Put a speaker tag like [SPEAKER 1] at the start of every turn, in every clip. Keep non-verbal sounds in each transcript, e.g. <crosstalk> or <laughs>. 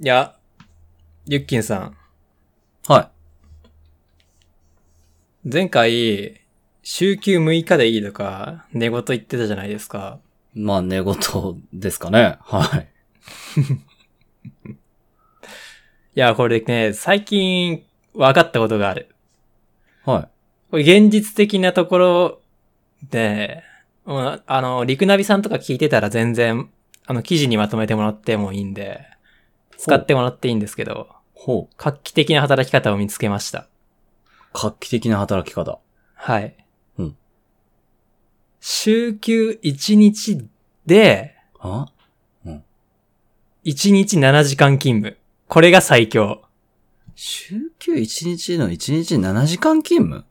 [SPEAKER 1] いや、ゆっきんさん、
[SPEAKER 2] は
[SPEAKER 1] 前回、週休6日でいいとか、寝言言ってたじゃないですか。
[SPEAKER 2] い。まあ、寝言ですかね。はい。
[SPEAKER 1] いや、これね、最近、分かったことがある。
[SPEAKER 2] は
[SPEAKER 1] これ現実的なところで、うんあの、リクナビさんとか聞いてたら全然、あの、記事にまとめてもらってもいいんで、使ってもらっていいんですけど
[SPEAKER 2] い。、ほう。
[SPEAKER 1] 画期的な働き方を見つけました。
[SPEAKER 2] 画期的な働き方。
[SPEAKER 1] はい。
[SPEAKER 2] うん
[SPEAKER 1] 週休1日で、
[SPEAKER 2] あ
[SPEAKER 1] 1日7時間勤務。これが最強。
[SPEAKER 2] 週休1日の1日7時間勤務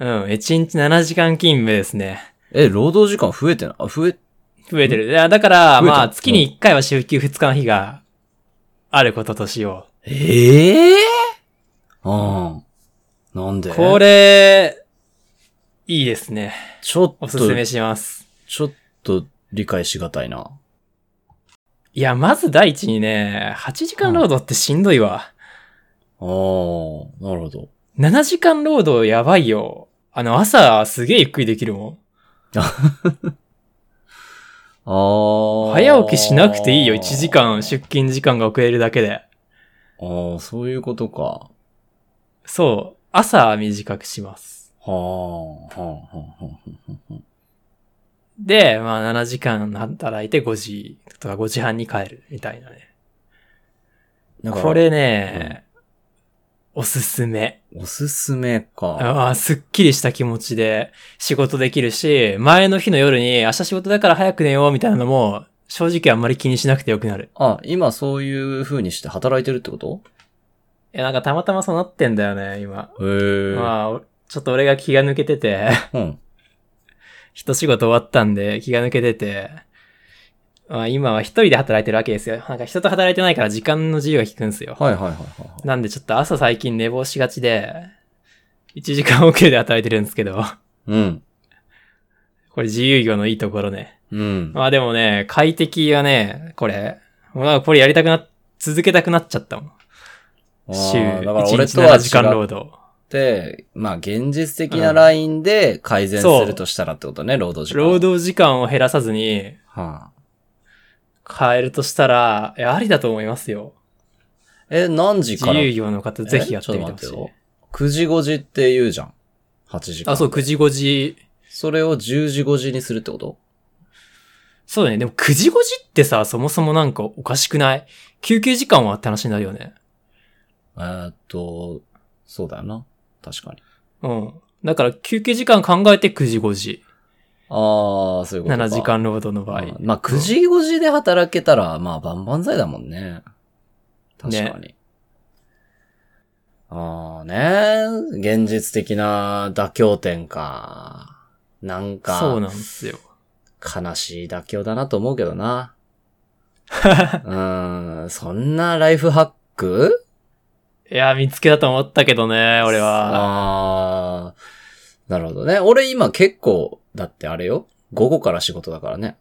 [SPEAKER 1] うん、1日7時間勤務ですね。
[SPEAKER 2] え、労働時間増えてな、あ、増え、
[SPEAKER 1] 増えてる。いやだから、
[SPEAKER 2] 増えた
[SPEAKER 1] まあ、月に1回は週休2日の日があることとしよ
[SPEAKER 2] ええうん。なんで
[SPEAKER 1] う。これ、いいですね。
[SPEAKER 2] ちょっと、
[SPEAKER 1] おすすめします。
[SPEAKER 2] ちょっと理解しがたいな。
[SPEAKER 1] いや、まず第一にね、8時間労働ってしんどいわ。
[SPEAKER 2] ああ、なるほど。
[SPEAKER 1] 7時間労働やばいよ。あの、朝すげえゆっくりできるもん。
[SPEAKER 2] ああ。
[SPEAKER 1] 早起きしなくていいよ。1時間出勤時間が遅れるだけで。
[SPEAKER 2] ああ、そういうことか。
[SPEAKER 1] そう。朝は短くします。
[SPEAKER 2] はあ、はあ、はあ、はあ。
[SPEAKER 1] で、まあ7時間働いて5時とか5時半に帰るみたいなね。
[SPEAKER 2] なんか
[SPEAKER 1] これね、おすすめ。
[SPEAKER 2] おすすめか。
[SPEAKER 1] ああ、すっきりした気持ちで仕事できるし、前の日の夜に明日仕事だから早く寝ようみたいなのも、正直あんまり気にしなくてよくなる。
[SPEAKER 2] あ、今そういう風にして働いてるってこと
[SPEAKER 1] いや、なんかたまたまそうなってんだよね、今。
[SPEAKER 2] へえ。
[SPEAKER 1] まあ、おちょっと俺が気が抜けてて。
[SPEAKER 2] うん。
[SPEAKER 1] 一仕事終わったんで気が抜けてて、まあ今は一人で働いてるわけですよ。なんか人と働いてないから時間の自由が効くんですよ。
[SPEAKER 2] はいはいはいはいはい。
[SPEAKER 1] なんでちょっと朝最近寝坊しがちで、1時間遅れで働いてるんですけど、 <laughs>
[SPEAKER 2] うん。
[SPEAKER 1] これ自由業のいいところね。
[SPEAKER 2] うん。
[SPEAKER 1] まあでもね、快適はね、これ、もうなんかこれやりたくな、続けたくなっちゃったもん。
[SPEAKER 2] あ
[SPEAKER 1] 週
[SPEAKER 2] ーだから
[SPEAKER 1] 1
[SPEAKER 2] 俺
[SPEAKER 1] 日
[SPEAKER 2] と
[SPEAKER 1] 7
[SPEAKER 2] は
[SPEAKER 1] 時間
[SPEAKER 2] 違っ
[SPEAKER 1] 労働。
[SPEAKER 2] て、まあ現実的なラインで改善するとしたらってことね、労働時間。
[SPEAKER 1] 労。働時間を減らさずに
[SPEAKER 2] はあ、
[SPEAKER 1] 変えるとしたら、いやありだと思いますよ。
[SPEAKER 2] え、何時
[SPEAKER 1] 自
[SPEAKER 2] から
[SPEAKER 1] 由業の方ぜひやってみてほ
[SPEAKER 2] えちょ
[SPEAKER 1] し
[SPEAKER 2] っ
[SPEAKER 1] い
[SPEAKER 2] と待って。よ ?9 時5時って言うじゃん。8時間。
[SPEAKER 1] あ、そう、9時5時。
[SPEAKER 2] それを10時5時にするってこと
[SPEAKER 1] そうだね。でも9時5時ってさ、そもそもなんかおかしくない休憩時間はって話になるよね。
[SPEAKER 2] えーっと、そうだよな。確かに。
[SPEAKER 1] うん。だから休憩時間考えて9時5時。
[SPEAKER 2] ああ、そういうことか。
[SPEAKER 1] 7時間労働の場合。
[SPEAKER 2] うんまあ、9時5時で働けたら、まあ、万々歳だもんね。確かに。ああね、現実的な妥協点か。なんか、
[SPEAKER 1] そうなんですよ。
[SPEAKER 2] 悲しい妥協だなと思うけ
[SPEAKER 1] <laughs>
[SPEAKER 2] どな。うーん、そんなライフハック
[SPEAKER 1] いや、見つけたと思ったけどね、俺は。
[SPEAKER 2] ああー、なるほどね。俺今結構、だってあれよ。午後から仕事だからね。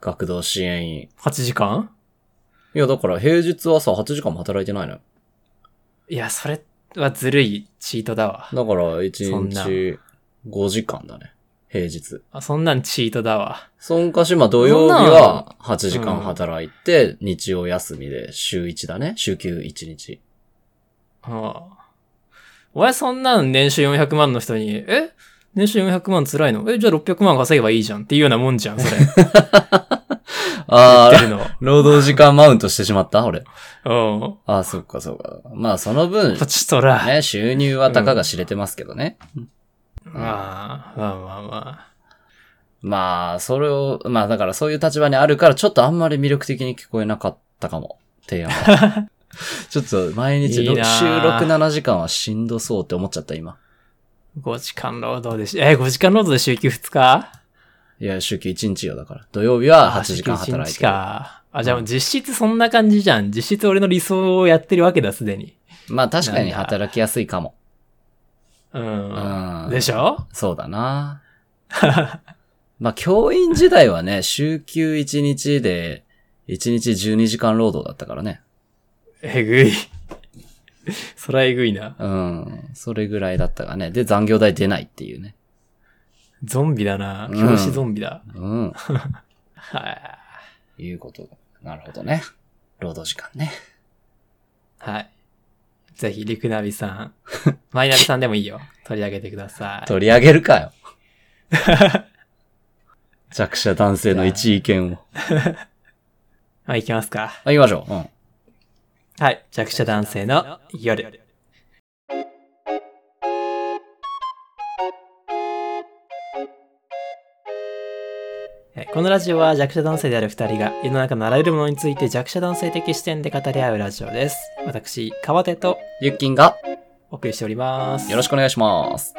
[SPEAKER 2] 学童支援員。
[SPEAKER 1] 8時間
[SPEAKER 2] いや、だから平日はさ、8時間も働いてないのよ。
[SPEAKER 1] いや、それはずるいチートだわ。
[SPEAKER 2] だから、
[SPEAKER 1] そんな
[SPEAKER 2] 1日5時間だね。平日。
[SPEAKER 1] あそんなんチートだわ。
[SPEAKER 2] そんかし、まあ土曜
[SPEAKER 1] そ
[SPEAKER 2] 日
[SPEAKER 1] んな
[SPEAKER 2] は8時間働いて、日曜休みで週1だね。週休1日。
[SPEAKER 1] うん。俺そんなん年収400万の人に、え年収400万辛いのえ、じゃあ600万稼げばいいじゃんっていうようなもんじゃん、それ。言っ
[SPEAKER 2] <laughs> あ
[SPEAKER 1] て
[SPEAKER 2] あ、
[SPEAKER 1] るの。
[SPEAKER 2] <laughs> 労働時間マウントしてしまった俺。
[SPEAKER 1] うん。
[SPEAKER 2] ああ、そっかそっか。まあその <laughs> 分、
[SPEAKER 1] ポチトラ。
[SPEAKER 2] ね、収入はたかが知れてますけどね。
[SPEAKER 1] まあ、まあまあま
[SPEAKER 2] まあ、それを、まあだからそういう立場にあるから、ちょっとあんまり魅力的に聞こえなかったかも。提案は。
[SPEAKER 1] <laughs>
[SPEAKER 2] ちょっと毎日
[SPEAKER 1] いいなあ
[SPEAKER 2] 収録7時間はしんどそうって思っちゃった、今。
[SPEAKER 1] あ。5時間労働でし、え、5時間労働で週休2日
[SPEAKER 2] いや、週休1日よ、だから。土曜日は8時間
[SPEAKER 1] あ
[SPEAKER 2] 働
[SPEAKER 1] 週休一
[SPEAKER 2] い
[SPEAKER 1] 日
[SPEAKER 2] てる。
[SPEAKER 1] か。あ、じゃあもう実質そんな感じじゃん。実質俺の理想をやってるわけだ、すでに。
[SPEAKER 2] まあ確か
[SPEAKER 1] なん
[SPEAKER 2] に
[SPEAKER 1] だ
[SPEAKER 2] 働きやすいかも。
[SPEAKER 1] うん。
[SPEAKER 2] うん。
[SPEAKER 1] でしょ
[SPEAKER 2] そう
[SPEAKER 1] <laughs>
[SPEAKER 2] だな。まあ教員時代はね、週休1日で、1日12時間労働だったからね。
[SPEAKER 1] えぐい。 <laughs> そらえぐいな。
[SPEAKER 2] うん。それぐらいだったがね。で、残業代出ないっていうね。
[SPEAKER 1] ゾンビだな。
[SPEAKER 2] うん
[SPEAKER 1] 教師ゾンビだ。
[SPEAKER 2] うん。
[SPEAKER 1] は
[SPEAKER 2] いうこと。なるほどね。労働時間ね。
[SPEAKER 1] い。はい。ぜひ、リクナビさ
[SPEAKER 2] <laughs>
[SPEAKER 1] ん、マイナビさんでもいいよ。取り上げてください。
[SPEAKER 2] 取り上げるかよ。 <laughs> 弱者男性の一意見を。
[SPEAKER 1] はい、行きますか。
[SPEAKER 2] あ、行きましょう。うん。
[SPEAKER 1] はい。弱者男性の夜。えこのラジオは弱者男性である二人が世の中のあらゆるものについて弱者男性的視点で語り合うラジオです。私、川手と
[SPEAKER 2] ゆっきんが、
[SPEAKER 1] お送りしております。
[SPEAKER 2] よろ
[SPEAKER 1] し
[SPEAKER 2] しくお願いします。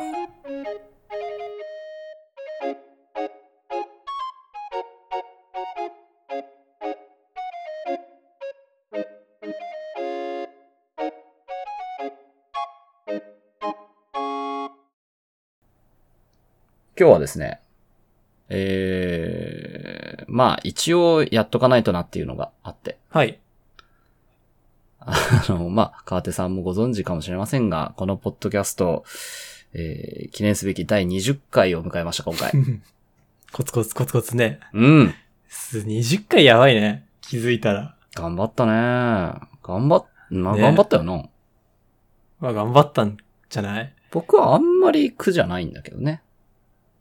[SPEAKER 2] 今日はですね、えー、まあ一応やっとかないとなっていうのがあって、
[SPEAKER 1] く。はい。 <laughs>
[SPEAKER 2] あの、 <laughs> まあ、川手さんもご存知かもしれませんが、このポッドキャスト、えー、記念すべき第20回を迎えました、
[SPEAKER 1] <laughs>
[SPEAKER 2] 今回。
[SPEAKER 1] コツコツコツコツね。
[SPEAKER 2] うん。
[SPEAKER 1] す20回やばいね。気づいたら。
[SPEAKER 2] 頑張ったね頑張っ、まあ、
[SPEAKER 1] ね
[SPEAKER 2] 頑張ったよな。
[SPEAKER 1] まあ、頑張ったんじゃない
[SPEAKER 2] 僕はあんまり苦じゃないんだけどね。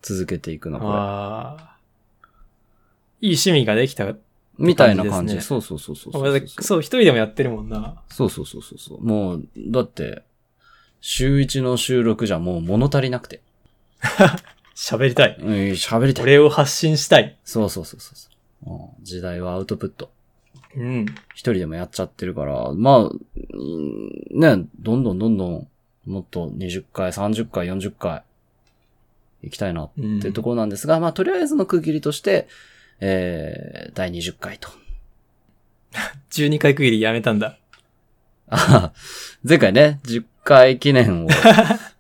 [SPEAKER 2] 続けていくの、こ
[SPEAKER 1] ああ。いい趣味ができた。
[SPEAKER 2] れ。みたいな感
[SPEAKER 1] 感じ
[SPEAKER 2] じ。
[SPEAKER 1] です
[SPEAKER 2] そうそうそうそうそ
[SPEAKER 1] お
[SPEAKER 2] う
[SPEAKER 1] 前そう、一人でもやってるもんな。
[SPEAKER 2] そうそうそうそうそう。もう、だって、週一の収録じゃもう物足りなくて。
[SPEAKER 1] 喋りたい。
[SPEAKER 2] うん喋りたい。
[SPEAKER 1] 俺を発信したい。
[SPEAKER 2] そうそうそうそうそううん。時代はアウトプット。
[SPEAKER 1] うん。
[SPEAKER 2] 一人でもやっちゃってるから、まあ、うんね、どんどんどんどん、もっと20回、30回、40回、行きたいなっ
[SPEAKER 1] うん
[SPEAKER 2] ていうところなんですが、まあ、とりあえずの区切りとして、えー、第20回と。
[SPEAKER 1] 12回区切りやめたんだ。
[SPEAKER 2] あ前回ね、10回記
[SPEAKER 1] <laughs>
[SPEAKER 2] 念を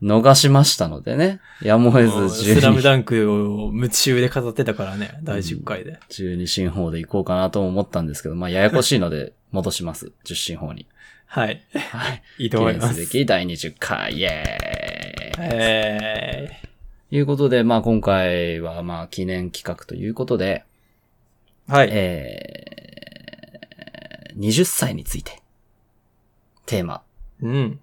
[SPEAKER 2] 逃しましたのでね、やむを得
[SPEAKER 1] うん
[SPEAKER 2] ず
[SPEAKER 1] スラム
[SPEAKER 2] 12、
[SPEAKER 1] ダンクを夢中で飾ってたからね、第10回で。
[SPEAKER 2] 12進法で行こうかなとも思ったんですけど、まあ、ややこしいので戻します、10進法に。
[SPEAKER 1] はい。
[SPEAKER 2] はい。
[SPEAKER 1] <laughs> いいと
[SPEAKER 2] 記
[SPEAKER 1] 思い
[SPEAKER 2] 念
[SPEAKER 1] ますす
[SPEAKER 2] べ。き第20回、イエーイ
[SPEAKER 1] え
[SPEAKER 2] いうことで、まあ今回はまあ記念企画ということで、
[SPEAKER 1] ー、はい。
[SPEAKER 2] えー、20歳について、テーマ、
[SPEAKER 1] うん。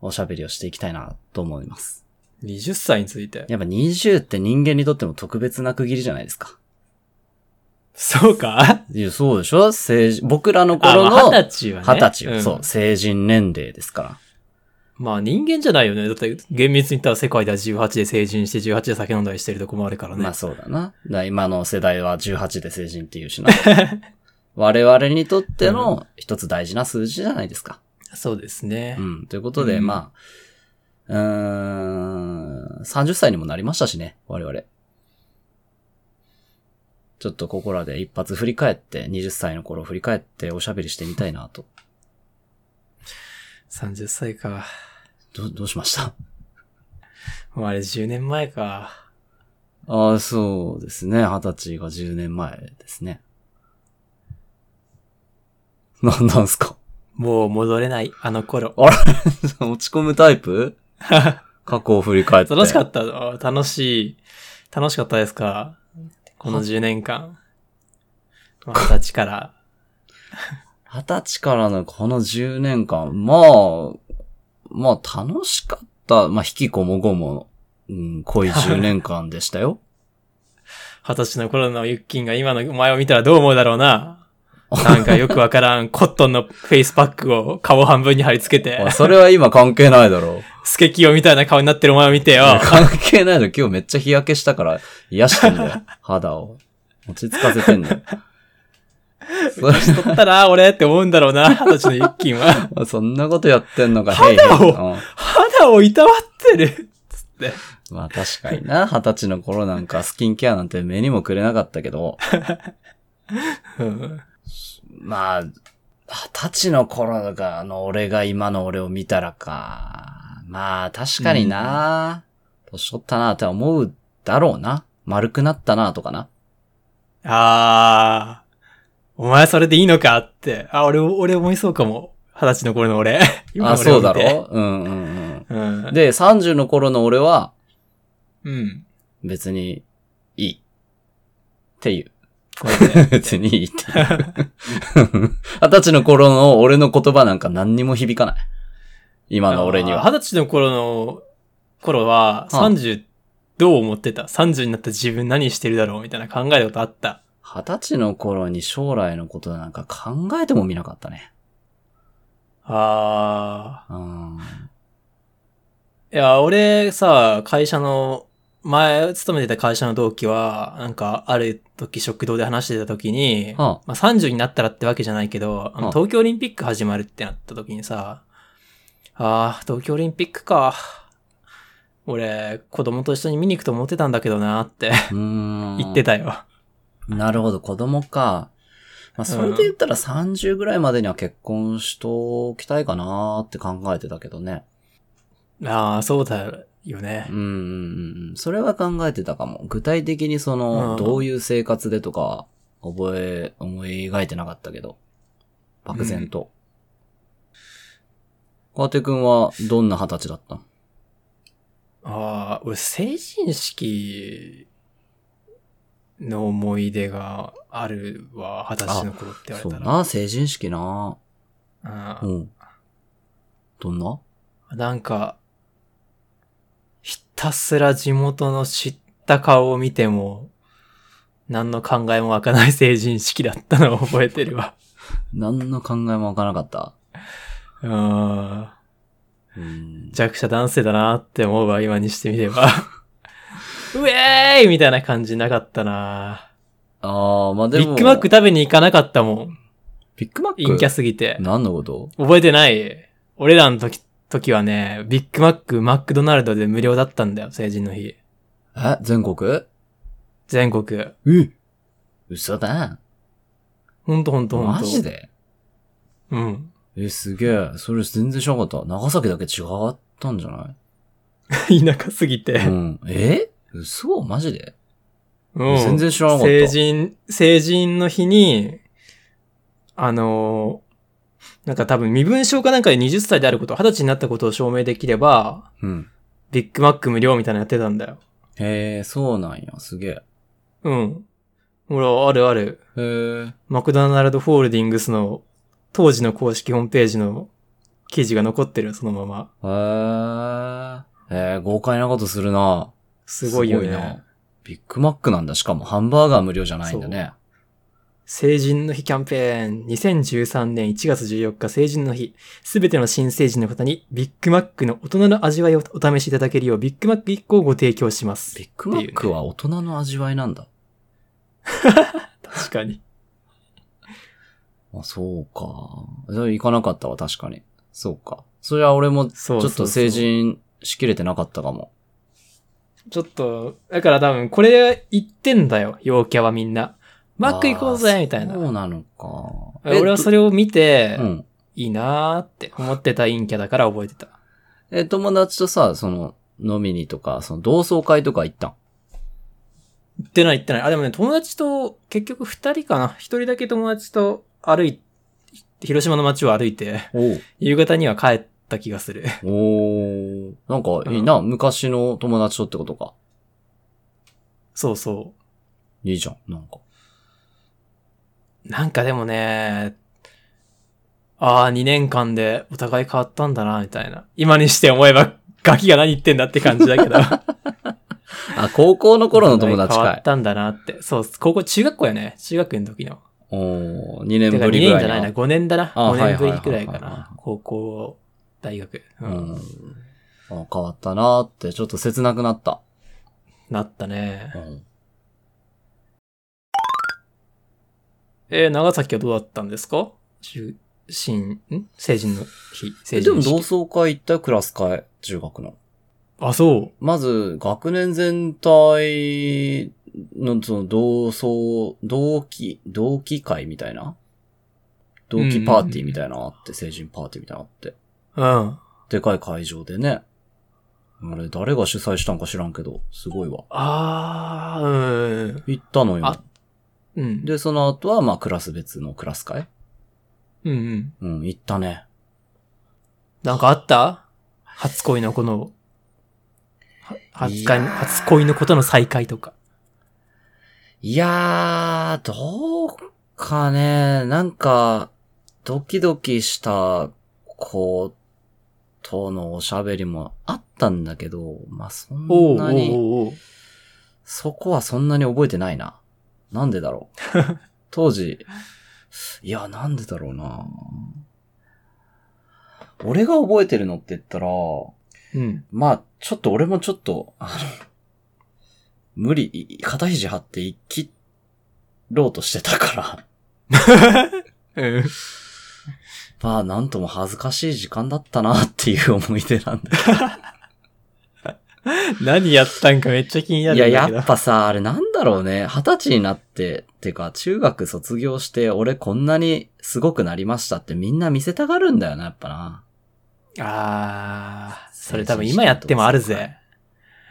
[SPEAKER 2] おしゃべりをしていきたいなと思います。
[SPEAKER 1] 20歳について。
[SPEAKER 2] やっぱ20って人間にとっても特別な区切りじゃないですか。
[SPEAKER 1] そうか
[SPEAKER 2] いや、そうでしょ成人、僕らの
[SPEAKER 1] あ、
[SPEAKER 2] 頃
[SPEAKER 1] まあ
[SPEAKER 2] の
[SPEAKER 1] 二十歳はね。
[SPEAKER 2] 20歳よ、
[SPEAKER 1] ん
[SPEAKER 2] そう、成人年齢ですから。
[SPEAKER 1] まあ人間じゃないよね。だって厳密に言ったら世界では18で成人して18で酒飲んだりしてるとこもあるからね。
[SPEAKER 2] まあそうだな。だから今の世代は18で成人っていう
[SPEAKER 1] <laughs>
[SPEAKER 2] しな。我々にとっての一つ大事な数字じゃないですか。
[SPEAKER 1] そうですね。
[SPEAKER 2] うん。ということで、
[SPEAKER 1] うん
[SPEAKER 2] まあ、うーん、30歳にもなりましたしね、我々。ちょっとここらで一発振り返って、20歳の頃振り返っておしゃべりしてみたいなと。
[SPEAKER 1] 30歳か。
[SPEAKER 2] ど、どうしました
[SPEAKER 1] もうあれ10年前か。
[SPEAKER 2] ああ、そうですね。20歳が10年前ですね。 <laughs> なんなんすか <laughs>
[SPEAKER 1] もう戻れない、あの頃。
[SPEAKER 2] 落ち込むタイ <laughs> プ過去を振り返って。
[SPEAKER 1] 楽しか
[SPEAKER 2] っ
[SPEAKER 1] ったあ楽しい。楽しかったですかこの10年間。まあ、二十歳から。
[SPEAKER 2] た。20歳からのこの10年間、まあ、まあ楽しかった、まあ引きこもごも、うん、濃い10年間でした
[SPEAKER 1] <laughs>
[SPEAKER 2] よ。
[SPEAKER 1] 二十歳の頃のユッキンが今のお前を見たらどう思うだろうな。なんかよくわから <laughs> んコットンのフェイスパックを顔半分に貼り付けて
[SPEAKER 2] おい、それは今関係ないだろう。
[SPEAKER 1] スケキヨみたいな顔になってるお前を見て <laughs> よ。
[SPEAKER 2] 関係ないの今日めっちゃ日焼けしたから癒してんだよ。 <laughs> 肌を。落ち着かせてんだ
[SPEAKER 1] <laughs>
[SPEAKER 2] よ。それ
[SPEAKER 1] しとったら俺って思うんだろうな、二十歳のユッキンは。
[SPEAKER 2] そんなことやってんのか、
[SPEAKER 1] 肌を
[SPEAKER 2] へいへいうん
[SPEAKER 1] 肌をいたわってる。つって。
[SPEAKER 2] まあ確かにな、二十歳の頃なんかスキンケアなんて目にもくれなかったけど、
[SPEAKER 1] うん
[SPEAKER 2] まあ、二十歳の頃が、あの、俺が今の俺を見たらか。まあ、確かにな、年取ったなって思うだろうな。丸くなったなとかな。
[SPEAKER 1] ああ、お前それでいいのかって。あ、俺、俺思いそうかも。二十歳の頃の俺。 <laughs> 今
[SPEAKER 2] あ、
[SPEAKER 1] の俺を
[SPEAKER 2] そ
[SPEAKER 1] 見
[SPEAKER 2] うだ
[SPEAKER 1] て
[SPEAKER 2] ろうんうん
[SPEAKER 1] うん
[SPEAKER 2] うん。。で、30の頃の俺は、
[SPEAKER 1] うん。
[SPEAKER 2] 別に、いい。っていう。
[SPEAKER 1] これで
[SPEAKER 2] 別にいいっていう。二十歳の頃の俺の言葉なんか何にも響かない。今の俺に
[SPEAKER 1] あー
[SPEAKER 2] は。
[SPEAKER 1] 二十歳の頃の、頃は、
[SPEAKER 2] うん
[SPEAKER 1] 30、どう思ってた ?30 になった自分何してるだろうみたいな考えたことあった。
[SPEAKER 2] 二十歳の頃に将来のことなんか考えてもみなかったね。
[SPEAKER 1] あ
[SPEAKER 2] うん。
[SPEAKER 1] ー。いや、俺さ、会社の、前勤めてた会社の同期は、なんか、ある時食堂で話してた時に、
[SPEAKER 2] は
[SPEAKER 1] まあ、30になったらってわけじゃないけど、あ
[SPEAKER 2] うん
[SPEAKER 1] の東京オリンピック始まるってなった時にさ、ああ、東京オリンピックか。俺、子供と一緒に見に行くと思ってたんだけどなって
[SPEAKER 2] あ、うーん。
[SPEAKER 1] 言ってたよ。
[SPEAKER 2] なるほど、子供か。まあ、それで言ったら30ぐらいまでには結婚しときたいかなーって考えてたけどね。
[SPEAKER 1] ああ、そうだよね
[SPEAKER 2] う。んうんうん。それは考えてたかも。具体的にその、
[SPEAKER 1] うん
[SPEAKER 2] どういう生活でとかは、覚え、思い描いてなかったけど。漠然と。川手くんは、どんな二十歳だったの
[SPEAKER 1] ああ、俺、成人式の思い出があるわ、二十歳の頃って言わ
[SPEAKER 2] そ
[SPEAKER 1] れ
[SPEAKER 2] う
[SPEAKER 1] たら。
[SPEAKER 2] な、成人式な。
[SPEAKER 1] う
[SPEAKER 2] うんん。どんな
[SPEAKER 1] なんか、ひたすら地元の知った顔を見ても、何の考えも湧かない成人式だったのを <laughs> 覚えてるわ。
[SPEAKER 2] 何の考えもわからなかった。
[SPEAKER 1] うーん。
[SPEAKER 2] うん。
[SPEAKER 1] 弱者男性だなって思うわ、今にしてみれ
[SPEAKER 2] <laughs>
[SPEAKER 1] ば。うえーいみたいな感じなかったな
[SPEAKER 2] ああ、まあ、で
[SPEAKER 1] ビ
[SPEAKER 2] も。
[SPEAKER 1] ッグマック食べに行かなかったもん。
[SPEAKER 2] ビッグマック
[SPEAKER 1] 陰キャすぎて。
[SPEAKER 2] 何のこと
[SPEAKER 1] 覚えてない俺らの時、時はね、ビッグマック、マクドナルドで無料だったんだよ、成人の日。
[SPEAKER 2] え全国
[SPEAKER 1] 全国。
[SPEAKER 2] え嘘だ。
[SPEAKER 1] ほんとほんとほんと。
[SPEAKER 2] マジで
[SPEAKER 1] うん。
[SPEAKER 2] え、すげえ。それ全然知らなかった。長崎だけ違ったんじゃな
[SPEAKER 1] 田舎すぎて。
[SPEAKER 2] いうん。え嘘マジで
[SPEAKER 1] うん
[SPEAKER 2] 全然知らなかった
[SPEAKER 1] 成人、成人の日に、あのーなんか多分身分証かなんかで20歳であること、20歳になったことを証明できれば、
[SPEAKER 2] うん。
[SPEAKER 1] ビッグマック無料みたいなのやってたんだよ。
[SPEAKER 2] へえ、そうなんや。すげえ。
[SPEAKER 1] うん。ほら、あるある。
[SPEAKER 2] へえ。
[SPEAKER 1] マクドナルドホールディングスの当時の公式ホームページの記事が残ってる、そのまま。
[SPEAKER 2] へえ。へえ、豪快なことするな。
[SPEAKER 1] すごいよね。
[SPEAKER 2] なビッグマックなんだ。しかもハンバーガー無料じゃないんだね。
[SPEAKER 1] 成人の日キャンペーン2013年1月14日成人の日すべての新成人の方にビッグマックの大人の味わいをお試しいただけるようビッグマック1個をご提供します
[SPEAKER 2] ビッグマックは大人の味わいなんだ。
[SPEAKER 1] 確かに
[SPEAKER 2] あ、そうか。それ行かなかったわ、確かに。そうか。それは俺も、ち
[SPEAKER 1] そう
[SPEAKER 2] ょ
[SPEAKER 1] そう
[SPEAKER 2] っ
[SPEAKER 1] そう
[SPEAKER 2] と成人しきれてなかったかも。
[SPEAKER 1] ちょっとだから多分これ言ってんだよ陽キャはみんなマック行こう
[SPEAKER 2] あ
[SPEAKER 1] ぜ
[SPEAKER 2] ー
[SPEAKER 1] みたいな
[SPEAKER 2] そうなのか。
[SPEAKER 1] 俺はそれを見て、
[SPEAKER 2] れうん。
[SPEAKER 1] いいなーって思ってた陰キャだから覚えてた
[SPEAKER 2] え、友達とさ、その、飲みにとか、その、同窓会とか行ったん
[SPEAKER 1] 行ってない行ってないあでもね友達と結局2人かな1人だけ友達と歩い広島の街を歩いて
[SPEAKER 2] おう
[SPEAKER 1] 夕方には帰った気がする。 <laughs>
[SPEAKER 2] おーなんか、いいな、昔の友達とってことか。
[SPEAKER 1] そうそ
[SPEAKER 2] いいじゃん、なんか。
[SPEAKER 1] う。なんかでもね、ああ、2年間でお互い変わったんだな、みたいな。今にして思えば、 <laughs> ガキが何言ってんだって感じだ
[SPEAKER 2] <laughs>
[SPEAKER 1] けど。
[SPEAKER 2] あ、高校の頃の友達
[SPEAKER 1] お互い変わ
[SPEAKER 2] か
[SPEAKER 1] っ
[SPEAKER 2] い。
[SPEAKER 1] たんだなって。そう、高校中学校やね。中学の時の。
[SPEAKER 2] おー2年
[SPEAKER 1] てか2
[SPEAKER 2] ぶり
[SPEAKER 1] 年
[SPEAKER 2] ぐらい
[SPEAKER 1] じゃないな、5年だな。
[SPEAKER 2] あ
[SPEAKER 1] 5年ぶりくらい
[SPEAKER 2] は
[SPEAKER 1] か
[SPEAKER 2] いはいはいはい
[SPEAKER 1] な。高校、大学。う。
[SPEAKER 2] うんん。あ、変わったなーって、ちょっと切なくなった。
[SPEAKER 1] なったね
[SPEAKER 2] う。ん。
[SPEAKER 1] えー長崎はどうだったんですか中、新、ん成人の日。成
[SPEAKER 2] えで
[SPEAKER 1] 人
[SPEAKER 2] も
[SPEAKER 1] の
[SPEAKER 2] 同
[SPEAKER 1] 日。
[SPEAKER 2] 窓会行ったよクラス会、中学の。
[SPEAKER 1] あ、そう。
[SPEAKER 2] まず、学年全体の、その、同窓、同期、同期会みたいな同期パーティーみたいなのあって、成人パーティーみたいなのあって。
[SPEAKER 1] うん。
[SPEAKER 2] でかい会場でね。あれ、誰が主催したんか知らんけど、すごいわ。
[SPEAKER 1] あー、うん。
[SPEAKER 2] 行ったのよ
[SPEAKER 1] あ。うん。
[SPEAKER 2] で、その後は、まあ、クラス別のクラス会
[SPEAKER 1] うんうん。
[SPEAKER 2] うん、行ったね。
[SPEAKER 1] なんかあった初恋のこの、は初恋の、初恋のことの再会とか。
[SPEAKER 2] いやー、どうかね、なんか、ドキドキした子とのおしゃべりもあったんだけど、まあ、そん
[SPEAKER 1] おうおう
[SPEAKER 2] なに、
[SPEAKER 1] おうおう
[SPEAKER 2] そこはそんなに覚えてないな。なんでだろ
[SPEAKER 1] <laughs>
[SPEAKER 2] う。当時、いや、なんでだろうな。俺が覚えてるのって言ったら、
[SPEAKER 1] うん。 <laughs>
[SPEAKER 2] まあ、ちょっと俺もちょっと、あの、無理、い肩肘張って生きろうとしてたから、
[SPEAKER 1] うん。
[SPEAKER 2] まあ、なんとも恥ずかしい時間だったなっていう思い出なんだ
[SPEAKER 1] 何やったんかめっちゃ気になるんだ
[SPEAKER 2] いや、
[SPEAKER 1] けど。
[SPEAKER 2] やっぱさ、あれなんだろうね。二十歳になって、てか、中学卒業して、俺こんなにすごくなりましたってみんな見せたがるんだよな、やっぱな。
[SPEAKER 1] あー、それ多分今やってもあるぜ。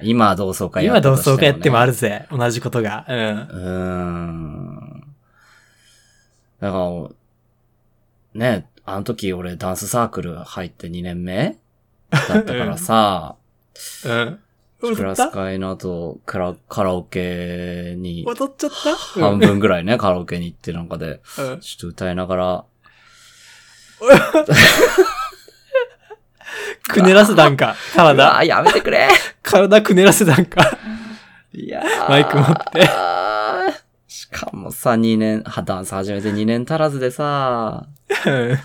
[SPEAKER 2] 今同窓会
[SPEAKER 1] 今同
[SPEAKER 2] として
[SPEAKER 1] 窓会やっても
[SPEAKER 2] ね
[SPEAKER 1] あるぜ。同じことが。うん。
[SPEAKER 2] うーん。だから、ね、あの時俺ダンスサークル入って2年目だったか
[SPEAKER 1] <laughs>
[SPEAKER 2] らさ、
[SPEAKER 1] うん。
[SPEAKER 2] ク
[SPEAKER 1] 踊
[SPEAKER 2] ラ
[SPEAKER 1] っ
[SPEAKER 2] ス
[SPEAKER 1] た
[SPEAKER 2] 会の後、クラカラオケ
[SPEAKER 1] <laughs>
[SPEAKER 2] に、
[SPEAKER 1] 踊っちゃった
[SPEAKER 2] 半分ぐらいね、カラオケに行ってなんかで、
[SPEAKER 1] うんうん
[SPEAKER 2] ちょっと歌いながら、
[SPEAKER 1] くねらせたんか。
[SPEAKER 2] うわ
[SPEAKER 1] 体。
[SPEAKER 2] ーやめて
[SPEAKER 1] <laughs>
[SPEAKER 2] くれ
[SPEAKER 1] 体くねらせたんか。
[SPEAKER 2] いや
[SPEAKER 1] マイク持って
[SPEAKER 2] て。しかもさ、2年、はダンス始めて2年足らずでさ、
[SPEAKER 1] うん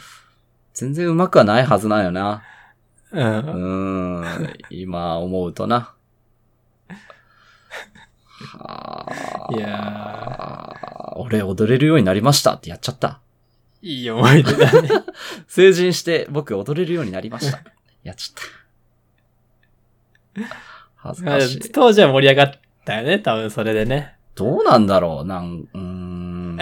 [SPEAKER 2] 全然上手くはないはずなんよな。
[SPEAKER 1] うん。
[SPEAKER 2] うーん、今思うとな。はあ。
[SPEAKER 1] いや
[SPEAKER 2] 俺踊れるようになりましたってやっちゃった。
[SPEAKER 1] いい思い出だ <laughs> ね。
[SPEAKER 2] 成人して僕踊れるようになり
[SPEAKER 1] <laughs>
[SPEAKER 2] ました。やっちゃった。恥ずかしい。
[SPEAKER 1] 当時は盛り上がったよね、多分それでね。
[SPEAKER 2] どうなんだろうなん、うーん。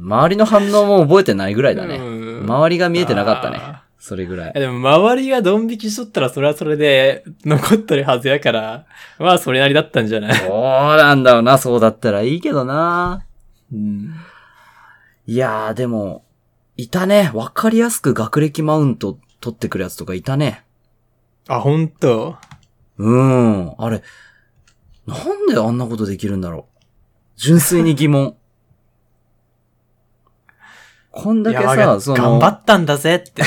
[SPEAKER 2] 周りの反応も覚えてないぐらいだね。
[SPEAKER 1] うん
[SPEAKER 2] 周りが見えてなかったね
[SPEAKER 1] あ。
[SPEAKER 2] それぐら
[SPEAKER 1] い
[SPEAKER 2] い
[SPEAKER 1] や。でも周りがドン引きしとったらそれはそれで <laughs> 残ってるはずやから、まあそれなりだったんじゃない
[SPEAKER 2] そうなんだろうな。そうだったらいいけどな。
[SPEAKER 1] うん。
[SPEAKER 2] いやー、でも、いたね。わかりやすく学歴マウント取ってくるやつとかいたね。
[SPEAKER 1] あ、ほんと
[SPEAKER 2] うーん。あれ、なんであんなことできるんだろう。純粋に疑問。 <laughs> こんだけ
[SPEAKER 1] いや
[SPEAKER 2] さ、そ
[SPEAKER 1] 頑張
[SPEAKER 2] の、
[SPEAKER 1] ったんだぜって。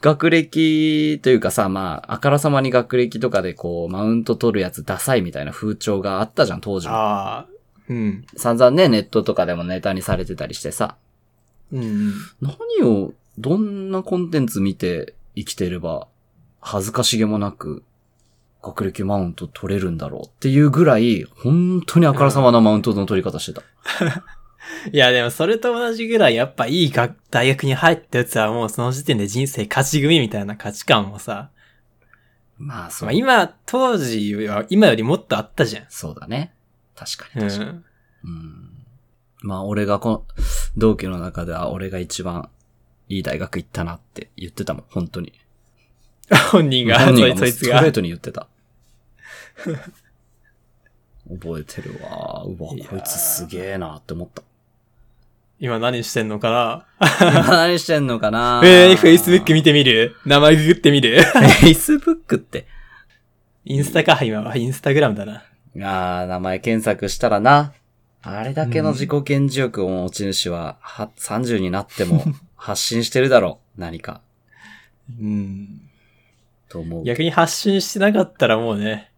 [SPEAKER 2] 学歴というかさ、まあ、あからさまに学歴とかでこう、マウント取るやつダサいみたいな風潮があったじゃん、当時も。
[SPEAKER 1] ああ。うん。
[SPEAKER 2] 散々ね、ネットとかでもネタにされてたりしてさ。
[SPEAKER 1] うん。
[SPEAKER 2] 何を、どんなコンテンツ見て生きてれば、恥ずかしげもなく、学歴マウント取れるんだろうっていうぐらい、本当にあからさまなマウントの取り方してた。
[SPEAKER 1] いやでもそれと同じぐらいやっぱいい学大学に入ったやつはもうその時点で人生勝ち組みたいな価値観もさ、
[SPEAKER 2] まあ、そ
[SPEAKER 1] ま
[SPEAKER 2] う
[SPEAKER 1] あ、今、当時は今よりもっとあったじゃん。
[SPEAKER 2] そうだね。確かに
[SPEAKER 1] う
[SPEAKER 2] 確かに。
[SPEAKER 1] ん。
[SPEAKER 2] うんまあ、俺がこの、同期の中では俺が一番いい大学行ったなって言ってたもん、本当に。
[SPEAKER 1] 本人が、
[SPEAKER 2] 本人
[SPEAKER 1] そい
[SPEAKER 2] も
[SPEAKER 1] そうい
[SPEAKER 2] ス
[SPEAKER 1] つ
[SPEAKER 2] トレー
[SPEAKER 1] が。
[SPEAKER 2] トに言ってた。
[SPEAKER 1] <laughs>
[SPEAKER 2] 覚えてるわ。うわ、こ
[SPEAKER 1] いやー
[SPEAKER 2] いつすげえなって思った。
[SPEAKER 1] 今何してんのかな
[SPEAKER 2] 今 <laughs> 何してんのかな
[SPEAKER 1] えー、Facebook
[SPEAKER 2] <laughs>
[SPEAKER 1] 見てみる名前ググってみる
[SPEAKER 2] Facebook って。
[SPEAKER 1] <laughs> インスタか、今は。インスタグラムだな。
[SPEAKER 2] ああ、名前検索したらな。あれだけの自己顕示欲を持ち主は、は30になっても発信してるだろう。何か。
[SPEAKER 1] うん。
[SPEAKER 2] と思う。
[SPEAKER 1] 逆に発信してなかったらもうね、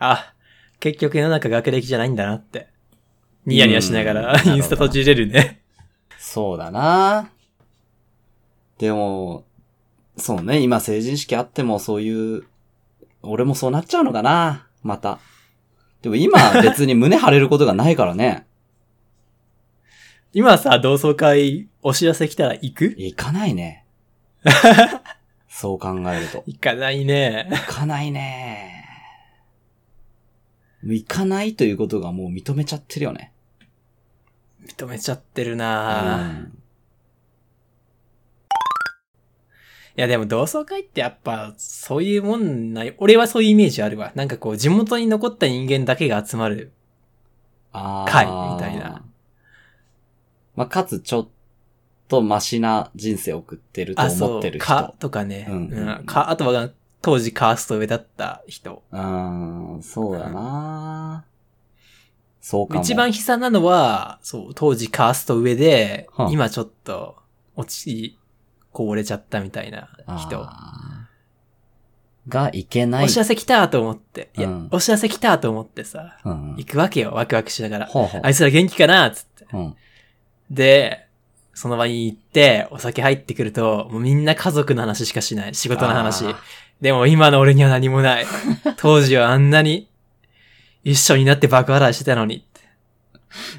[SPEAKER 1] あ、結局世の中学歴じゃないんだなって。ニヤニヤしながら、
[SPEAKER 2] うん
[SPEAKER 1] インスタ閉じれるね。
[SPEAKER 2] そうだな。でも、そうね、今成人式あってもそういう、俺もそうなっちゃうのかな。また。でも今別に胸張れることがないからね。
[SPEAKER 1] 今さ、同窓会、お知らせ来たら行く
[SPEAKER 2] 行かないね。そう考えると。
[SPEAKER 1] 行かないね。
[SPEAKER 2] 行かないね。もう行かないということがもう認めちゃってるよね。
[SPEAKER 1] 認めちゃってるなぁ、いやでも同窓会ってやっぱ、そういうもんない。俺はそういうイメージあるわ。なんかこう、地元に残った人間だけが集まる。
[SPEAKER 2] あー
[SPEAKER 1] 会みたいな。
[SPEAKER 2] まあ、かつちょっとマシな人生を送ってると
[SPEAKER 1] あ、そ
[SPEAKER 2] 思
[SPEAKER 1] う
[SPEAKER 2] ってる、人。
[SPEAKER 1] かとかね。
[SPEAKER 2] う
[SPEAKER 1] うんん。か、あとは、当時カースト上だった人。
[SPEAKER 2] うーん、そうだな、そうかも。
[SPEAKER 1] 一番悲惨なのは、そう、当時カースト上で
[SPEAKER 2] はあ、
[SPEAKER 1] 今ちょっと、落ち、こぼれちゃったみたいな人。
[SPEAKER 2] あーがいけない。
[SPEAKER 1] お知らせ来たと思って。いや、
[SPEAKER 2] うん
[SPEAKER 1] お知らせ来たと思ってさ、
[SPEAKER 2] うん。
[SPEAKER 1] 行くわけよ、ワクワクしながら。
[SPEAKER 2] ほうほう
[SPEAKER 1] あいつら元気かなつって。
[SPEAKER 2] うん。
[SPEAKER 1] で、その場に行って、お酒入ってくると、もうみんな家族の話しかしない。仕事の話
[SPEAKER 2] あー。
[SPEAKER 1] でも今の俺には何も
[SPEAKER 2] <laughs>
[SPEAKER 1] ない。当時はあんなに、一緒になって爆笑いしてたのに。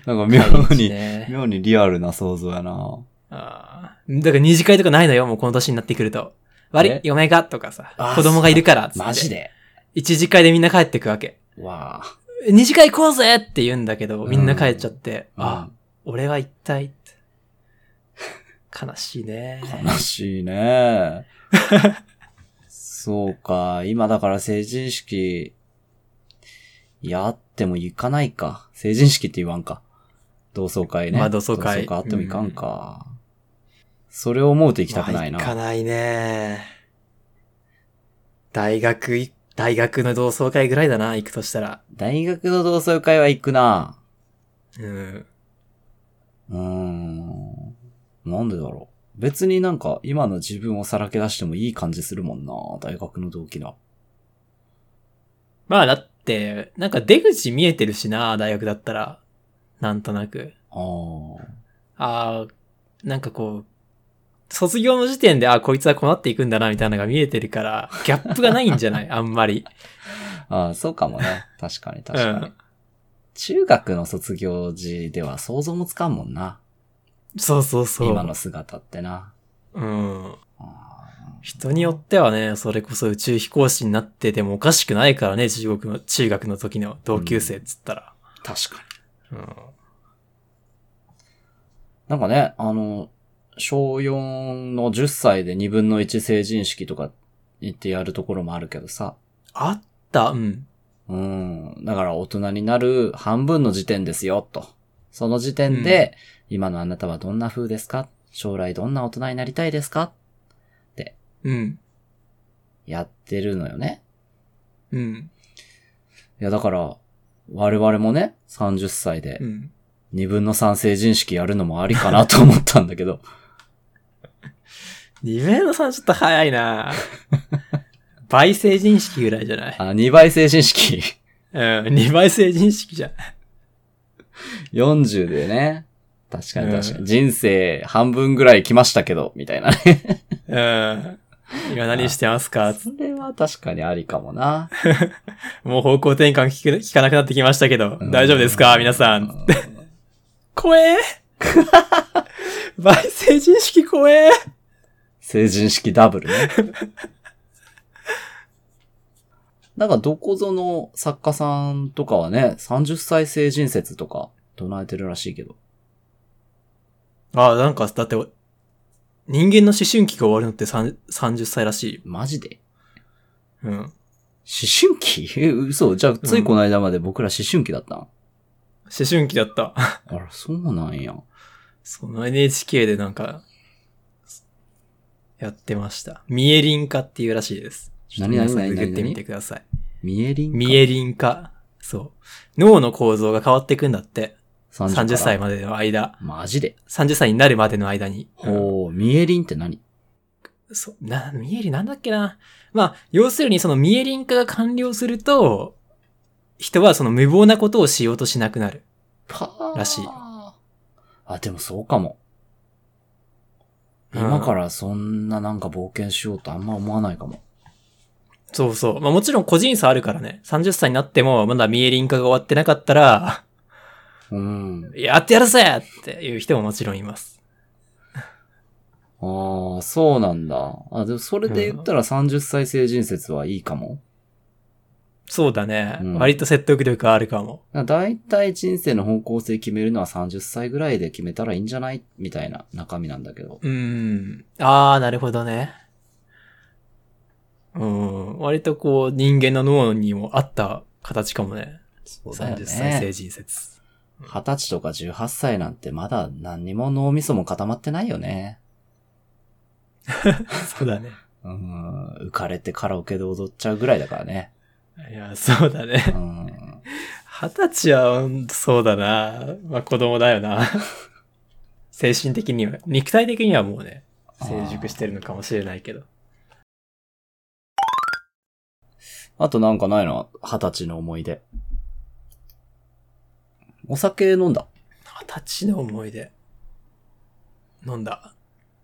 [SPEAKER 2] なんか妙に、
[SPEAKER 1] ね、
[SPEAKER 2] 妙にリアルな想像やな
[SPEAKER 1] あーだから二次会とかないのよ、もうこの年になってくると。
[SPEAKER 2] え
[SPEAKER 1] 悪い、嫁がとかさ
[SPEAKER 2] あー、
[SPEAKER 1] 子供がいるからっつって。
[SPEAKER 2] マジで
[SPEAKER 1] 一次会でみんな帰ってくわけ。
[SPEAKER 2] わあ。
[SPEAKER 1] 二次会行こうぜって言うんだけど、みんな帰っちゃって、あ
[SPEAKER 2] あ、、
[SPEAKER 1] 俺は一体って。悲しいね。
[SPEAKER 2] 悲しいね。そうか。今だから成人式、やっても行かないか。成人式って言わんか。同窓会ね。
[SPEAKER 1] まあ同窓会
[SPEAKER 2] あっても行かんか。それを思うと行きたくないな。
[SPEAKER 1] まあ行かないね。大学い、大学の同窓会ぐらいだな、行くとしたら。
[SPEAKER 2] 大学の同窓会は行くな。
[SPEAKER 1] うん。
[SPEAKER 2] うーん。なんでだろう。別になんか今の自分をさらけ出してもいい感じするもんな。大学の同期だ。
[SPEAKER 1] まあだって、なんか出口見えてるしな、大学だったら。なんとなく。
[SPEAKER 2] ああ。
[SPEAKER 1] ああ、なんかこう、卒業の時点で、ああ、こいつはこうなっていくんだな、みたいなのが見えてるから、ギャップがないんじゃ <laughs> ないあんまり。
[SPEAKER 2] ああ、そうかもね。確かに確かに。
[SPEAKER 1] うん
[SPEAKER 2] 中学の卒業時では想像もつかんもんな。
[SPEAKER 1] そうそうそう。
[SPEAKER 2] 今の姿ってな。
[SPEAKER 1] うん。
[SPEAKER 2] あ
[SPEAKER 1] 人によってはね、それこそ宇宙飛行士になっててもおかしくないからね、中国の、中学の時の同級生っつったら。
[SPEAKER 2] あ確かに。
[SPEAKER 1] うん。
[SPEAKER 2] なんかね、あの、小4の10歳で2分の1成人式とか言ってやるところもあるけどさ。
[SPEAKER 1] あった、うん。
[SPEAKER 2] うん。だから大人になる半分の時点ですよ、と。その時点で、今のあなたはどんな風ですか将来どんな大人になりたいですか
[SPEAKER 1] うん。
[SPEAKER 2] やってるのよね。
[SPEAKER 1] うん。
[SPEAKER 2] いや、だから、我々もね、30歳で
[SPEAKER 1] う、ん。
[SPEAKER 2] 2分の3成人式やるのもありかなと思ったんだ
[SPEAKER 1] <laughs>
[SPEAKER 2] けど、
[SPEAKER 1] 二名のさんちょっと早い <laughs> な倍成人式ぐらいじゃない
[SPEAKER 2] あ、2倍成人式、
[SPEAKER 1] うん。二倍成人式じゃん。
[SPEAKER 2] 40でね、確かに確か
[SPEAKER 1] う
[SPEAKER 2] に、人生半分ぐらい来ましたけど、みた
[SPEAKER 1] <laughs>
[SPEAKER 2] いなね。
[SPEAKER 1] うん。今何してますかつ
[SPEAKER 2] それは確かにありかもな。
[SPEAKER 1] もう方向転換聞く聞かなくなってきましたけど、
[SPEAKER 2] うん
[SPEAKER 1] 大丈夫ですか皆さん。
[SPEAKER 2] う
[SPEAKER 1] 怖え <laughs> 倍成人式怖え
[SPEAKER 2] 成人式ダブル
[SPEAKER 1] <laughs>
[SPEAKER 2] ね。なんかどこぞの作家さんとかはね、30歳成人説とか唱えてるらしいけど。
[SPEAKER 1] ああ、なんか、だって、人間の思春期が終わるのって3 30歳らしいよ。
[SPEAKER 2] マジで
[SPEAKER 1] うん。
[SPEAKER 2] 思春期え、嘘じゃあ、ついこの間まで僕ら思春期だったん、
[SPEAKER 1] 思春期だった。 <laughs>
[SPEAKER 2] あら、そうなんや。
[SPEAKER 1] その NHK でなんか、やってました。ミエリン化っていうらしいです。ちょっと皆さん
[SPEAKER 2] 何
[SPEAKER 1] グ
[SPEAKER 2] 々
[SPEAKER 1] グってみて
[SPEAKER 2] 何
[SPEAKER 1] ください。
[SPEAKER 2] ミエリン
[SPEAKER 1] ミエリン化。そう。脳の構造が変わっていくんだって。
[SPEAKER 2] 30, から
[SPEAKER 1] 30歳までの間。
[SPEAKER 2] マジで。
[SPEAKER 1] 30歳になるまでの間に。
[SPEAKER 2] ほう、ミエリンって何
[SPEAKER 1] そう、な、ミエリンなんだっけな。まあ、要するにそのミエリン化が完了すると、人はその無謀なことをしようとしなくなる。らしい
[SPEAKER 2] あ、でもそうかも。今からそんななんか冒険しようとあんま思わないかも。
[SPEAKER 1] そうそう。まあもちろん個人差あるからね。30歳になってもまだミエリン化が終わってなかったら、 <laughs>
[SPEAKER 2] うん。
[SPEAKER 1] やってやるぜっていう人ももちろんいます。
[SPEAKER 2] ああ、そうなんだ。あ、でもそれで言ったら30歳成人説はいいかも。
[SPEAKER 1] そうだね。
[SPEAKER 2] うん
[SPEAKER 1] 割と説得力あるかも。
[SPEAKER 2] だいたい人生の方向性決めるのは30歳ぐらいで決めたらいいんじゃないみたいな中身なんだけど。
[SPEAKER 1] うん。あー、なるほどね。うん。割とこう人間の脳にも合った形かもね。
[SPEAKER 2] そうだよね。
[SPEAKER 1] 30歳成人説。うん
[SPEAKER 2] 二十歳とか18歳なんてまだ何にも脳みそも固まってないよね。
[SPEAKER 1] そうだね。
[SPEAKER 2] うん、浮かれてカラオケで踊っちゃうぐらいだからね。
[SPEAKER 1] いや、そうだね。
[SPEAKER 2] うん。
[SPEAKER 1] 二十歳はほんとそうだな。まあ子供だよな。精神的には、肉体的にはもうね、成熟してるのかもしれないけど。
[SPEAKER 2] あとなんかないの二十歳の思い出。お酒飲んだ。
[SPEAKER 1] 二十歳の思い出。飲んだ。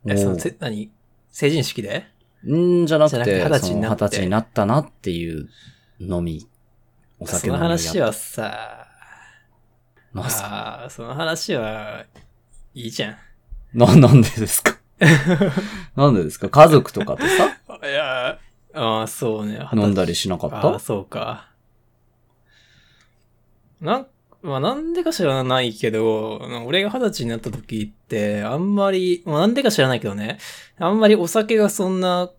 [SPEAKER 1] え、その、せ何成人式で
[SPEAKER 2] んじゃなく
[SPEAKER 1] じ
[SPEAKER 2] て、
[SPEAKER 1] ゃなくて二十歳になって
[SPEAKER 2] その二十歳になったなっていう飲み。お酒
[SPEAKER 1] そ
[SPEAKER 2] 飲
[SPEAKER 1] の
[SPEAKER 2] み
[SPEAKER 1] 話
[SPEAKER 2] やっ
[SPEAKER 1] はさ、
[SPEAKER 2] な
[SPEAKER 1] ああ、その話は、いいじ
[SPEAKER 2] <laughs>
[SPEAKER 1] ゃん。
[SPEAKER 2] な、なんでですかなんでですか家族とかとさ、
[SPEAKER 1] <laughs> いやー、ああ、そうね。
[SPEAKER 2] 飲んだ
[SPEAKER 1] り
[SPEAKER 2] りしなかっ
[SPEAKER 1] ああ、
[SPEAKER 2] た
[SPEAKER 1] そうか。なん、まあなんでか知らないけど、俺が二十歳になった時って、あんまり、まあなんでか知らないけどね、あんまりお酒がそんな、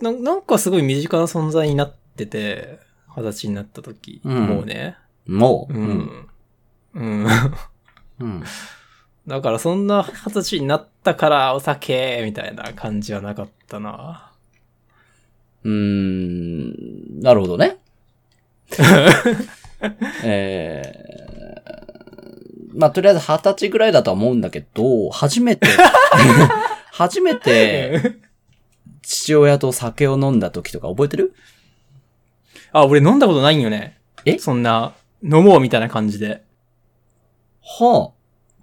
[SPEAKER 1] ななんかすごい身近な存在になってて、二十歳になった時、
[SPEAKER 2] うん
[SPEAKER 1] もうね。
[SPEAKER 2] もう、
[SPEAKER 1] う
[SPEAKER 2] うん、
[SPEAKER 1] ん。うん。 <laughs>
[SPEAKER 2] うん。
[SPEAKER 1] だからそんな二十歳になったからお酒、みたいな感じはなかったな。
[SPEAKER 2] うーん、なるほど
[SPEAKER 1] <laughs>
[SPEAKER 2] ね。えー、まあ、とりあえず二十歳ぐらいだとは思うんだけど、初
[SPEAKER 1] <laughs>
[SPEAKER 2] めて、初めて父親と酒を飲んだ時とか覚えてる
[SPEAKER 1] あ、俺飲んだことないんよね。
[SPEAKER 2] え
[SPEAKER 1] そんな、飲もうみたいな感じで。
[SPEAKER 2] はあ、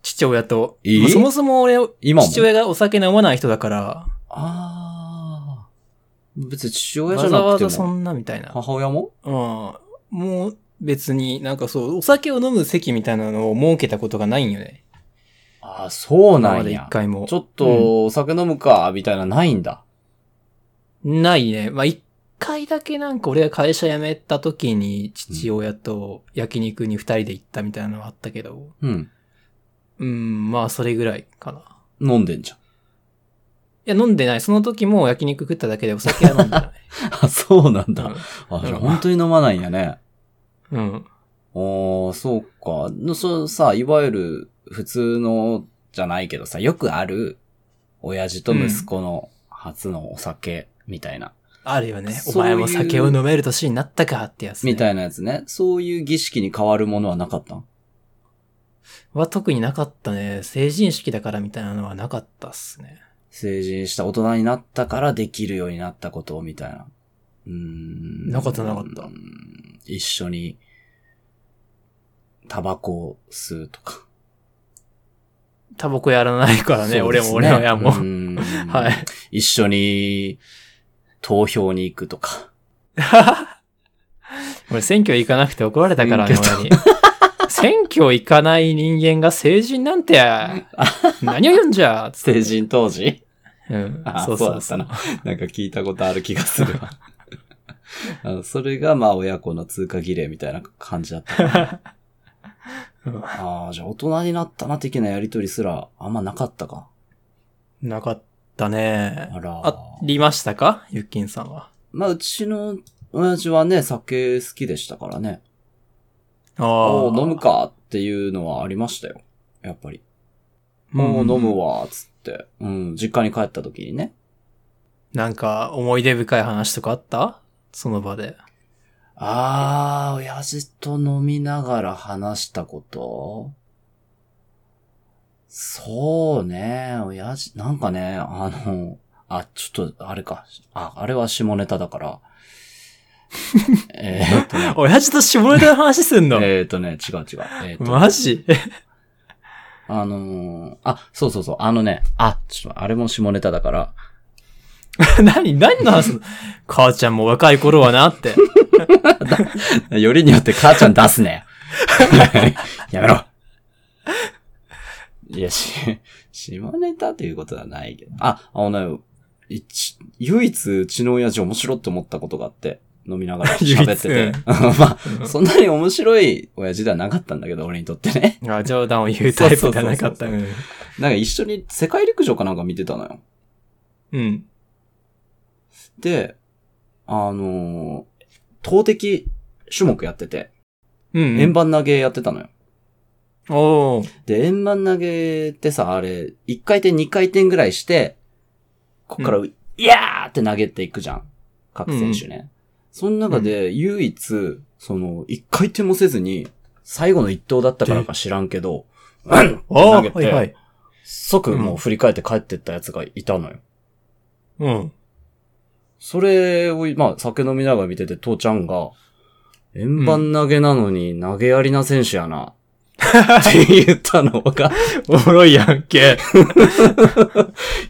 [SPEAKER 1] 父親と。
[SPEAKER 2] え
[SPEAKER 1] まあそもそも俺、
[SPEAKER 2] 今も。
[SPEAKER 1] 父親がお酒飲まない人だから、
[SPEAKER 2] ああ、別に父親じ
[SPEAKER 1] わ
[SPEAKER 2] ゃ
[SPEAKER 1] ざ
[SPEAKER 2] な
[SPEAKER 1] わ
[SPEAKER 2] くて
[SPEAKER 1] ざ
[SPEAKER 2] も、
[SPEAKER 1] そんなみたいな。
[SPEAKER 2] 母親も
[SPEAKER 1] うん。もう別になんかそう、お酒を飲む席みたいなのを設けたことがないんよね。
[SPEAKER 2] ああ、そう
[SPEAKER 1] 今
[SPEAKER 2] な
[SPEAKER 1] ま
[SPEAKER 2] ん
[SPEAKER 1] で一
[SPEAKER 2] や。
[SPEAKER 1] 回も
[SPEAKER 2] ち。ょっと、お酒飲むか、みたいな、ないんだ。
[SPEAKER 1] ないね。まあ一回だけなんか俺が会社辞めた時に父親と焼肉に二人で行ったみたいなのはあったけど、
[SPEAKER 2] うん。
[SPEAKER 1] うん、まあそれぐらいかな。
[SPEAKER 2] 飲んでんじゃん。
[SPEAKER 1] いや、飲んでない。その時も焼肉食っただけでお酒は飲んでない。
[SPEAKER 2] <laughs> あ、そうなんだ。
[SPEAKER 1] う
[SPEAKER 2] あ、じゃ
[SPEAKER 1] うん
[SPEAKER 2] あ本当に飲まないんやね。
[SPEAKER 1] ん。うん
[SPEAKER 2] おー、そうか。のそうさ、いわゆる普通のじゃないけどさ、よくある、親父と息子の初のお酒みたいな、
[SPEAKER 1] あるよね。お
[SPEAKER 2] そうい
[SPEAKER 1] 前
[SPEAKER 2] う
[SPEAKER 1] も酒を飲める年になったかってやつ、ね。
[SPEAKER 2] みたいなやつね。そういう儀式に変わるものはなかったん
[SPEAKER 1] は特になかったね。成人式だからみたいなのはなかったっすね。
[SPEAKER 2] 成人した大人になったからできるようになったことみたいな。うーん。
[SPEAKER 1] なかったなかった
[SPEAKER 2] うーん一緒に、タバコを吸うとか。
[SPEAKER 1] タバコやらないからね、
[SPEAKER 2] そうで
[SPEAKER 1] 俺
[SPEAKER 2] す
[SPEAKER 1] も俺の親も。
[SPEAKER 2] うーん
[SPEAKER 1] <laughs> はい。
[SPEAKER 2] 一緒に投票に行くとか。
[SPEAKER 1] 俺選挙行かなくて怒られたからね、
[SPEAKER 2] 選
[SPEAKER 1] 親に。選挙行かない人間が成人なんて、何を言うんじゃつって
[SPEAKER 2] 成人当時
[SPEAKER 1] うん
[SPEAKER 2] あ。
[SPEAKER 1] そうそうそ
[SPEAKER 2] そ
[SPEAKER 1] うう
[SPEAKER 2] だっ。なんか聞いたことある気がする
[SPEAKER 1] <laughs>
[SPEAKER 2] わ。あのそれがまあ親子の通過儀礼みたいな感じだった。
[SPEAKER 1] うん
[SPEAKER 2] ああ、じゃあ大人になったな的なやりとりすらあんまなかったか。
[SPEAKER 1] なかったね。
[SPEAKER 2] あら。
[SPEAKER 1] ありましたかゆっきんさんは。
[SPEAKER 2] まあうちの親父はね、酒好きでしたからね。
[SPEAKER 1] ああ
[SPEAKER 2] おう飲む。かっていうのはありましたよ。やっぱり。もう飲むわ、つって。うん、実家に帰った時にね。
[SPEAKER 1] なんか思い出深い話とかあったその場で。
[SPEAKER 2] あー、親父と飲みながら話したことそうね、親父、なんかね、あの、あ、ちょっと、あれか。あ、あれは下ネタだから。えーっとね、
[SPEAKER 1] <laughs> 親父と下ネタの話すんの、
[SPEAKER 2] えーっとね、違う違う。えーっと、
[SPEAKER 1] マジ <laughs>
[SPEAKER 2] あのーあ、そうそうそう、あのね、あ、ちょっと、あれも下ネタだから、
[SPEAKER 1] 何何の話
[SPEAKER 2] <laughs>
[SPEAKER 1] すんの母ちゃんも若い頃はなって。
[SPEAKER 2] <laughs> よりによって母ちゃん出すね。 <laughs> やめろ。いや、し、下ネタということはないけど。あ、あのね、一唯一うちの親父面白いって思ったことがあって、飲みながら喋って
[SPEAKER 1] <laughs> 唯
[SPEAKER 2] て <laughs>
[SPEAKER 1] 一。
[SPEAKER 2] まあ、 <laughs> そんなに面白い親父ではなかったんだけど、俺にとってね。 <laughs>
[SPEAKER 1] あ冗談を言うタイプじゃなかった。。
[SPEAKER 2] そううんなんか一緒に世界陸上かなんか見てたのよ。
[SPEAKER 1] うん。
[SPEAKER 2] で、あのー投擲種目やってて、
[SPEAKER 1] うん。
[SPEAKER 2] 円盤投げやってたのよ。
[SPEAKER 1] おー。
[SPEAKER 2] で、円盤投げってさ、あれ、1回転2回転ぐらいして、こっから、いやーって投げていくじゃん。各選手ね。その中で、唯一、その、1回転もせずに、最後の1投だったからか知らんけど、
[SPEAKER 1] あ
[SPEAKER 2] 投
[SPEAKER 1] あ
[SPEAKER 2] げ
[SPEAKER 1] ー、は
[SPEAKER 2] て
[SPEAKER 1] いはい。
[SPEAKER 2] 即もう振り返って帰ってったやつがいたのよ。
[SPEAKER 1] うん。
[SPEAKER 2] <laughs> それを、まあ、酒飲みながら見てて、父ちゃんが、円盤投げなのに投げやりな選手やな。って言ったのが、
[SPEAKER 1] おもろいやんけ。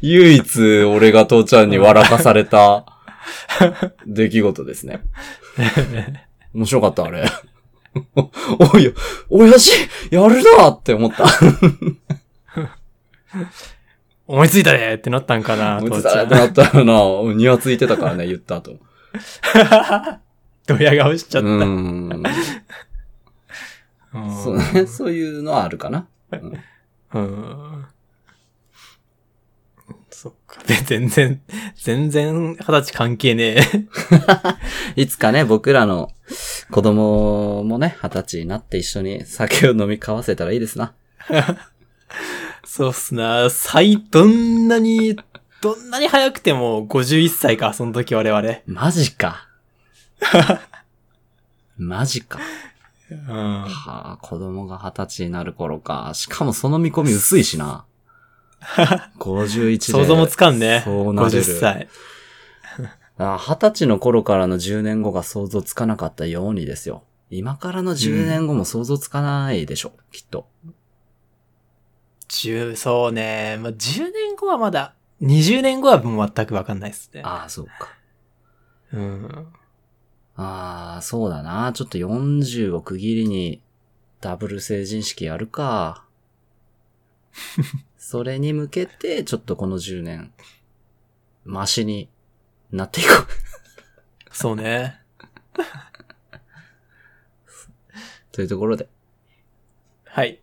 [SPEAKER 2] 唯一俺が父ちゃんに笑かさ
[SPEAKER 1] <laughs>
[SPEAKER 2] れた出来事ですね。面白かった、あれ。おい、親父、やるなって思った。
[SPEAKER 1] 思いついたねってなったんかな、
[SPEAKER 2] 思いつい
[SPEAKER 1] 父
[SPEAKER 2] た
[SPEAKER 1] ち
[SPEAKER 2] な
[SPEAKER 1] ゃ
[SPEAKER 2] っ
[SPEAKER 1] ん
[SPEAKER 2] て。なったらな、ニヤついてたからね、言った後。
[SPEAKER 1] <laughs> ドヤ顔しちゃっ
[SPEAKER 2] うん。
[SPEAKER 1] た。うん
[SPEAKER 2] そうね、そういうのはあるかな。
[SPEAKER 1] うん。そっか。で、全然、全然、二十歳関係ねえ。
[SPEAKER 2] いつかね、僕らの子供もね、二十歳になって一緒に酒を飲み交わせたらいいですな。
[SPEAKER 1] そうっすな。最、どんなに、どんなに早くても51歳か、その時我々。
[SPEAKER 2] マジか。マジか。
[SPEAKER 1] うん。
[SPEAKER 2] はあ、子供が二十歳になる頃か。しかもその見込み薄いし
[SPEAKER 1] <laughs>
[SPEAKER 2] な。51で。
[SPEAKER 1] 想像もつかんね。
[SPEAKER 2] そうなれる
[SPEAKER 1] 50歳。
[SPEAKER 2] あ二十歳の頃からの10年後が想像つかなかったようにですよ。今からの10年後も想像つかないでしょ、きっと。
[SPEAKER 1] 10、そうね。まあ、10年後はまだ、20年後はもう全くわかんないっすね。
[SPEAKER 2] ああ、そうか。
[SPEAKER 1] うん。
[SPEAKER 2] ああ、そうだな。ちょっと40を区切りにダブル成人式や
[SPEAKER 1] <laughs>
[SPEAKER 2] るか。それに向けて、ちょっとこの10年、マシになっていこう。
[SPEAKER 1] そうね。
[SPEAKER 2] というところで。
[SPEAKER 1] はい。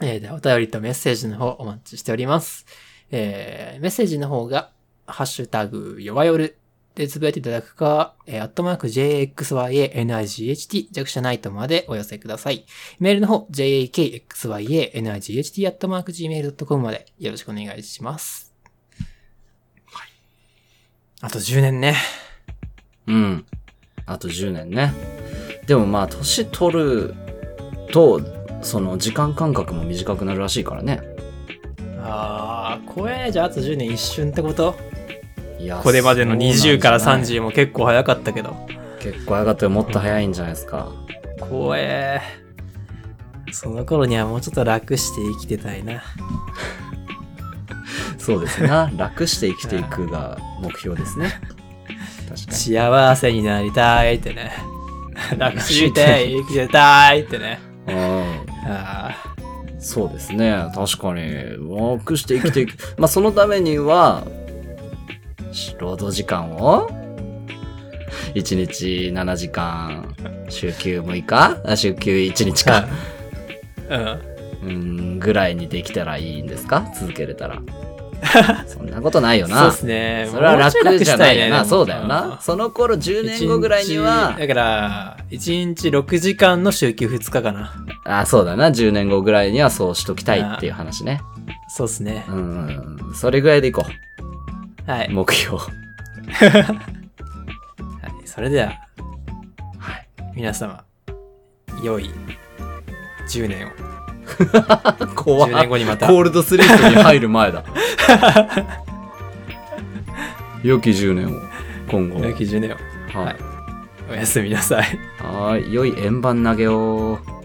[SPEAKER 1] えーでは、お便りとメッセージの方お待ちしております。えーメッセージの方が、ハッシュタグ、弱夜でつぶやいていただくか、えーアットマーク JXYANIGHT 弱者ナイトまでお寄せください。メールの方、JAKXYANIGHT アットマーク Gmail.com までよろしくお願いします。あと10年ね。
[SPEAKER 2] うん。あと10年ね。でもまあ、年取ると、その時間間隔も短くなるらしいからね。
[SPEAKER 1] あー、怖え。じゃああと10年一瞬ってこと
[SPEAKER 2] いや
[SPEAKER 1] これまでの20から。
[SPEAKER 2] そう
[SPEAKER 1] 30も結構早かったけど。
[SPEAKER 2] なんじゃない結構早かったよ。もっと早いんじゃないですか。
[SPEAKER 1] 怖えその頃にはもうちょっと楽して生きてたいな
[SPEAKER 2] <laughs> そうですな。楽して生きていくが目標ですね。確かに。
[SPEAKER 1] 幸せになりたいって
[SPEAKER 2] <laughs>
[SPEAKER 1] ね楽して生きてたいってね
[SPEAKER 2] <laughs>
[SPEAKER 1] あ
[SPEAKER 2] うんそうですね。確かに。楽して生きていく。 <laughs> まあ、そのためには、労働時間を、1日7時間、週休6日あ週休1日
[SPEAKER 1] <laughs>
[SPEAKER 2] か。
[SPEAKER 1] ー
[SPEAKER 2] うん、ぐらいにできたらいいんですか続け
[SPEAKER 1] <laughs>
[SPEAKER 2] れたら。そんなことない
[SPEAKER 1] うん
[SPEAKER 2] よ
[SPEAKER 1] そうっ
[SPEAKER 2] な。
[SPEAKER 1] すね
[SPEAKER 2] それは楽じゃないよな。
[SPEAKER 1] も
[SPEAKER 2] そうう
[SPEAKER 1] ちょ
[SPEAKER 2] だ
[SPEAKER 1] い楽したいね
[SPEAKER 2] よな。その頃10
[SPEAKER 1] うん
[SPEAKER 2] 年後ぐらいには
[SPEAKER 1] 一日、だから1日6時間の週休2日かな
[SPEAKER 2] あ、そうだな。10年後ぐらいにはそうしときたいっていう話ね。
[SPEAKER 1] そうっすね
[SPEAKER 2] うん。それぐらいでいこ
[SPEAKER 1] は
[SPEAKER 2] う。
[SPEAKER 1] い、
[SPEAKER 2] 目標。
[SPEAKER 1] はい、それでは
[SPEAKER 2] はい。
[SPEAKER 1] 皆様良い10年を
[SPEAKER 2] 怖っ
[SPEAKER 1] 10年後にまた
[SPEAKER 2] コールドスリープに入る前
[SPEAKER 1] <laughs>
[SPEAKER 2] だ。良き10年を。今後。
[SPEAKER 1] 良き10年を
[SPEAKER 2] はい。
[SPEAKER 1] おやすみなさい
[SPEAKER 2] はーい。良い円盤投げを。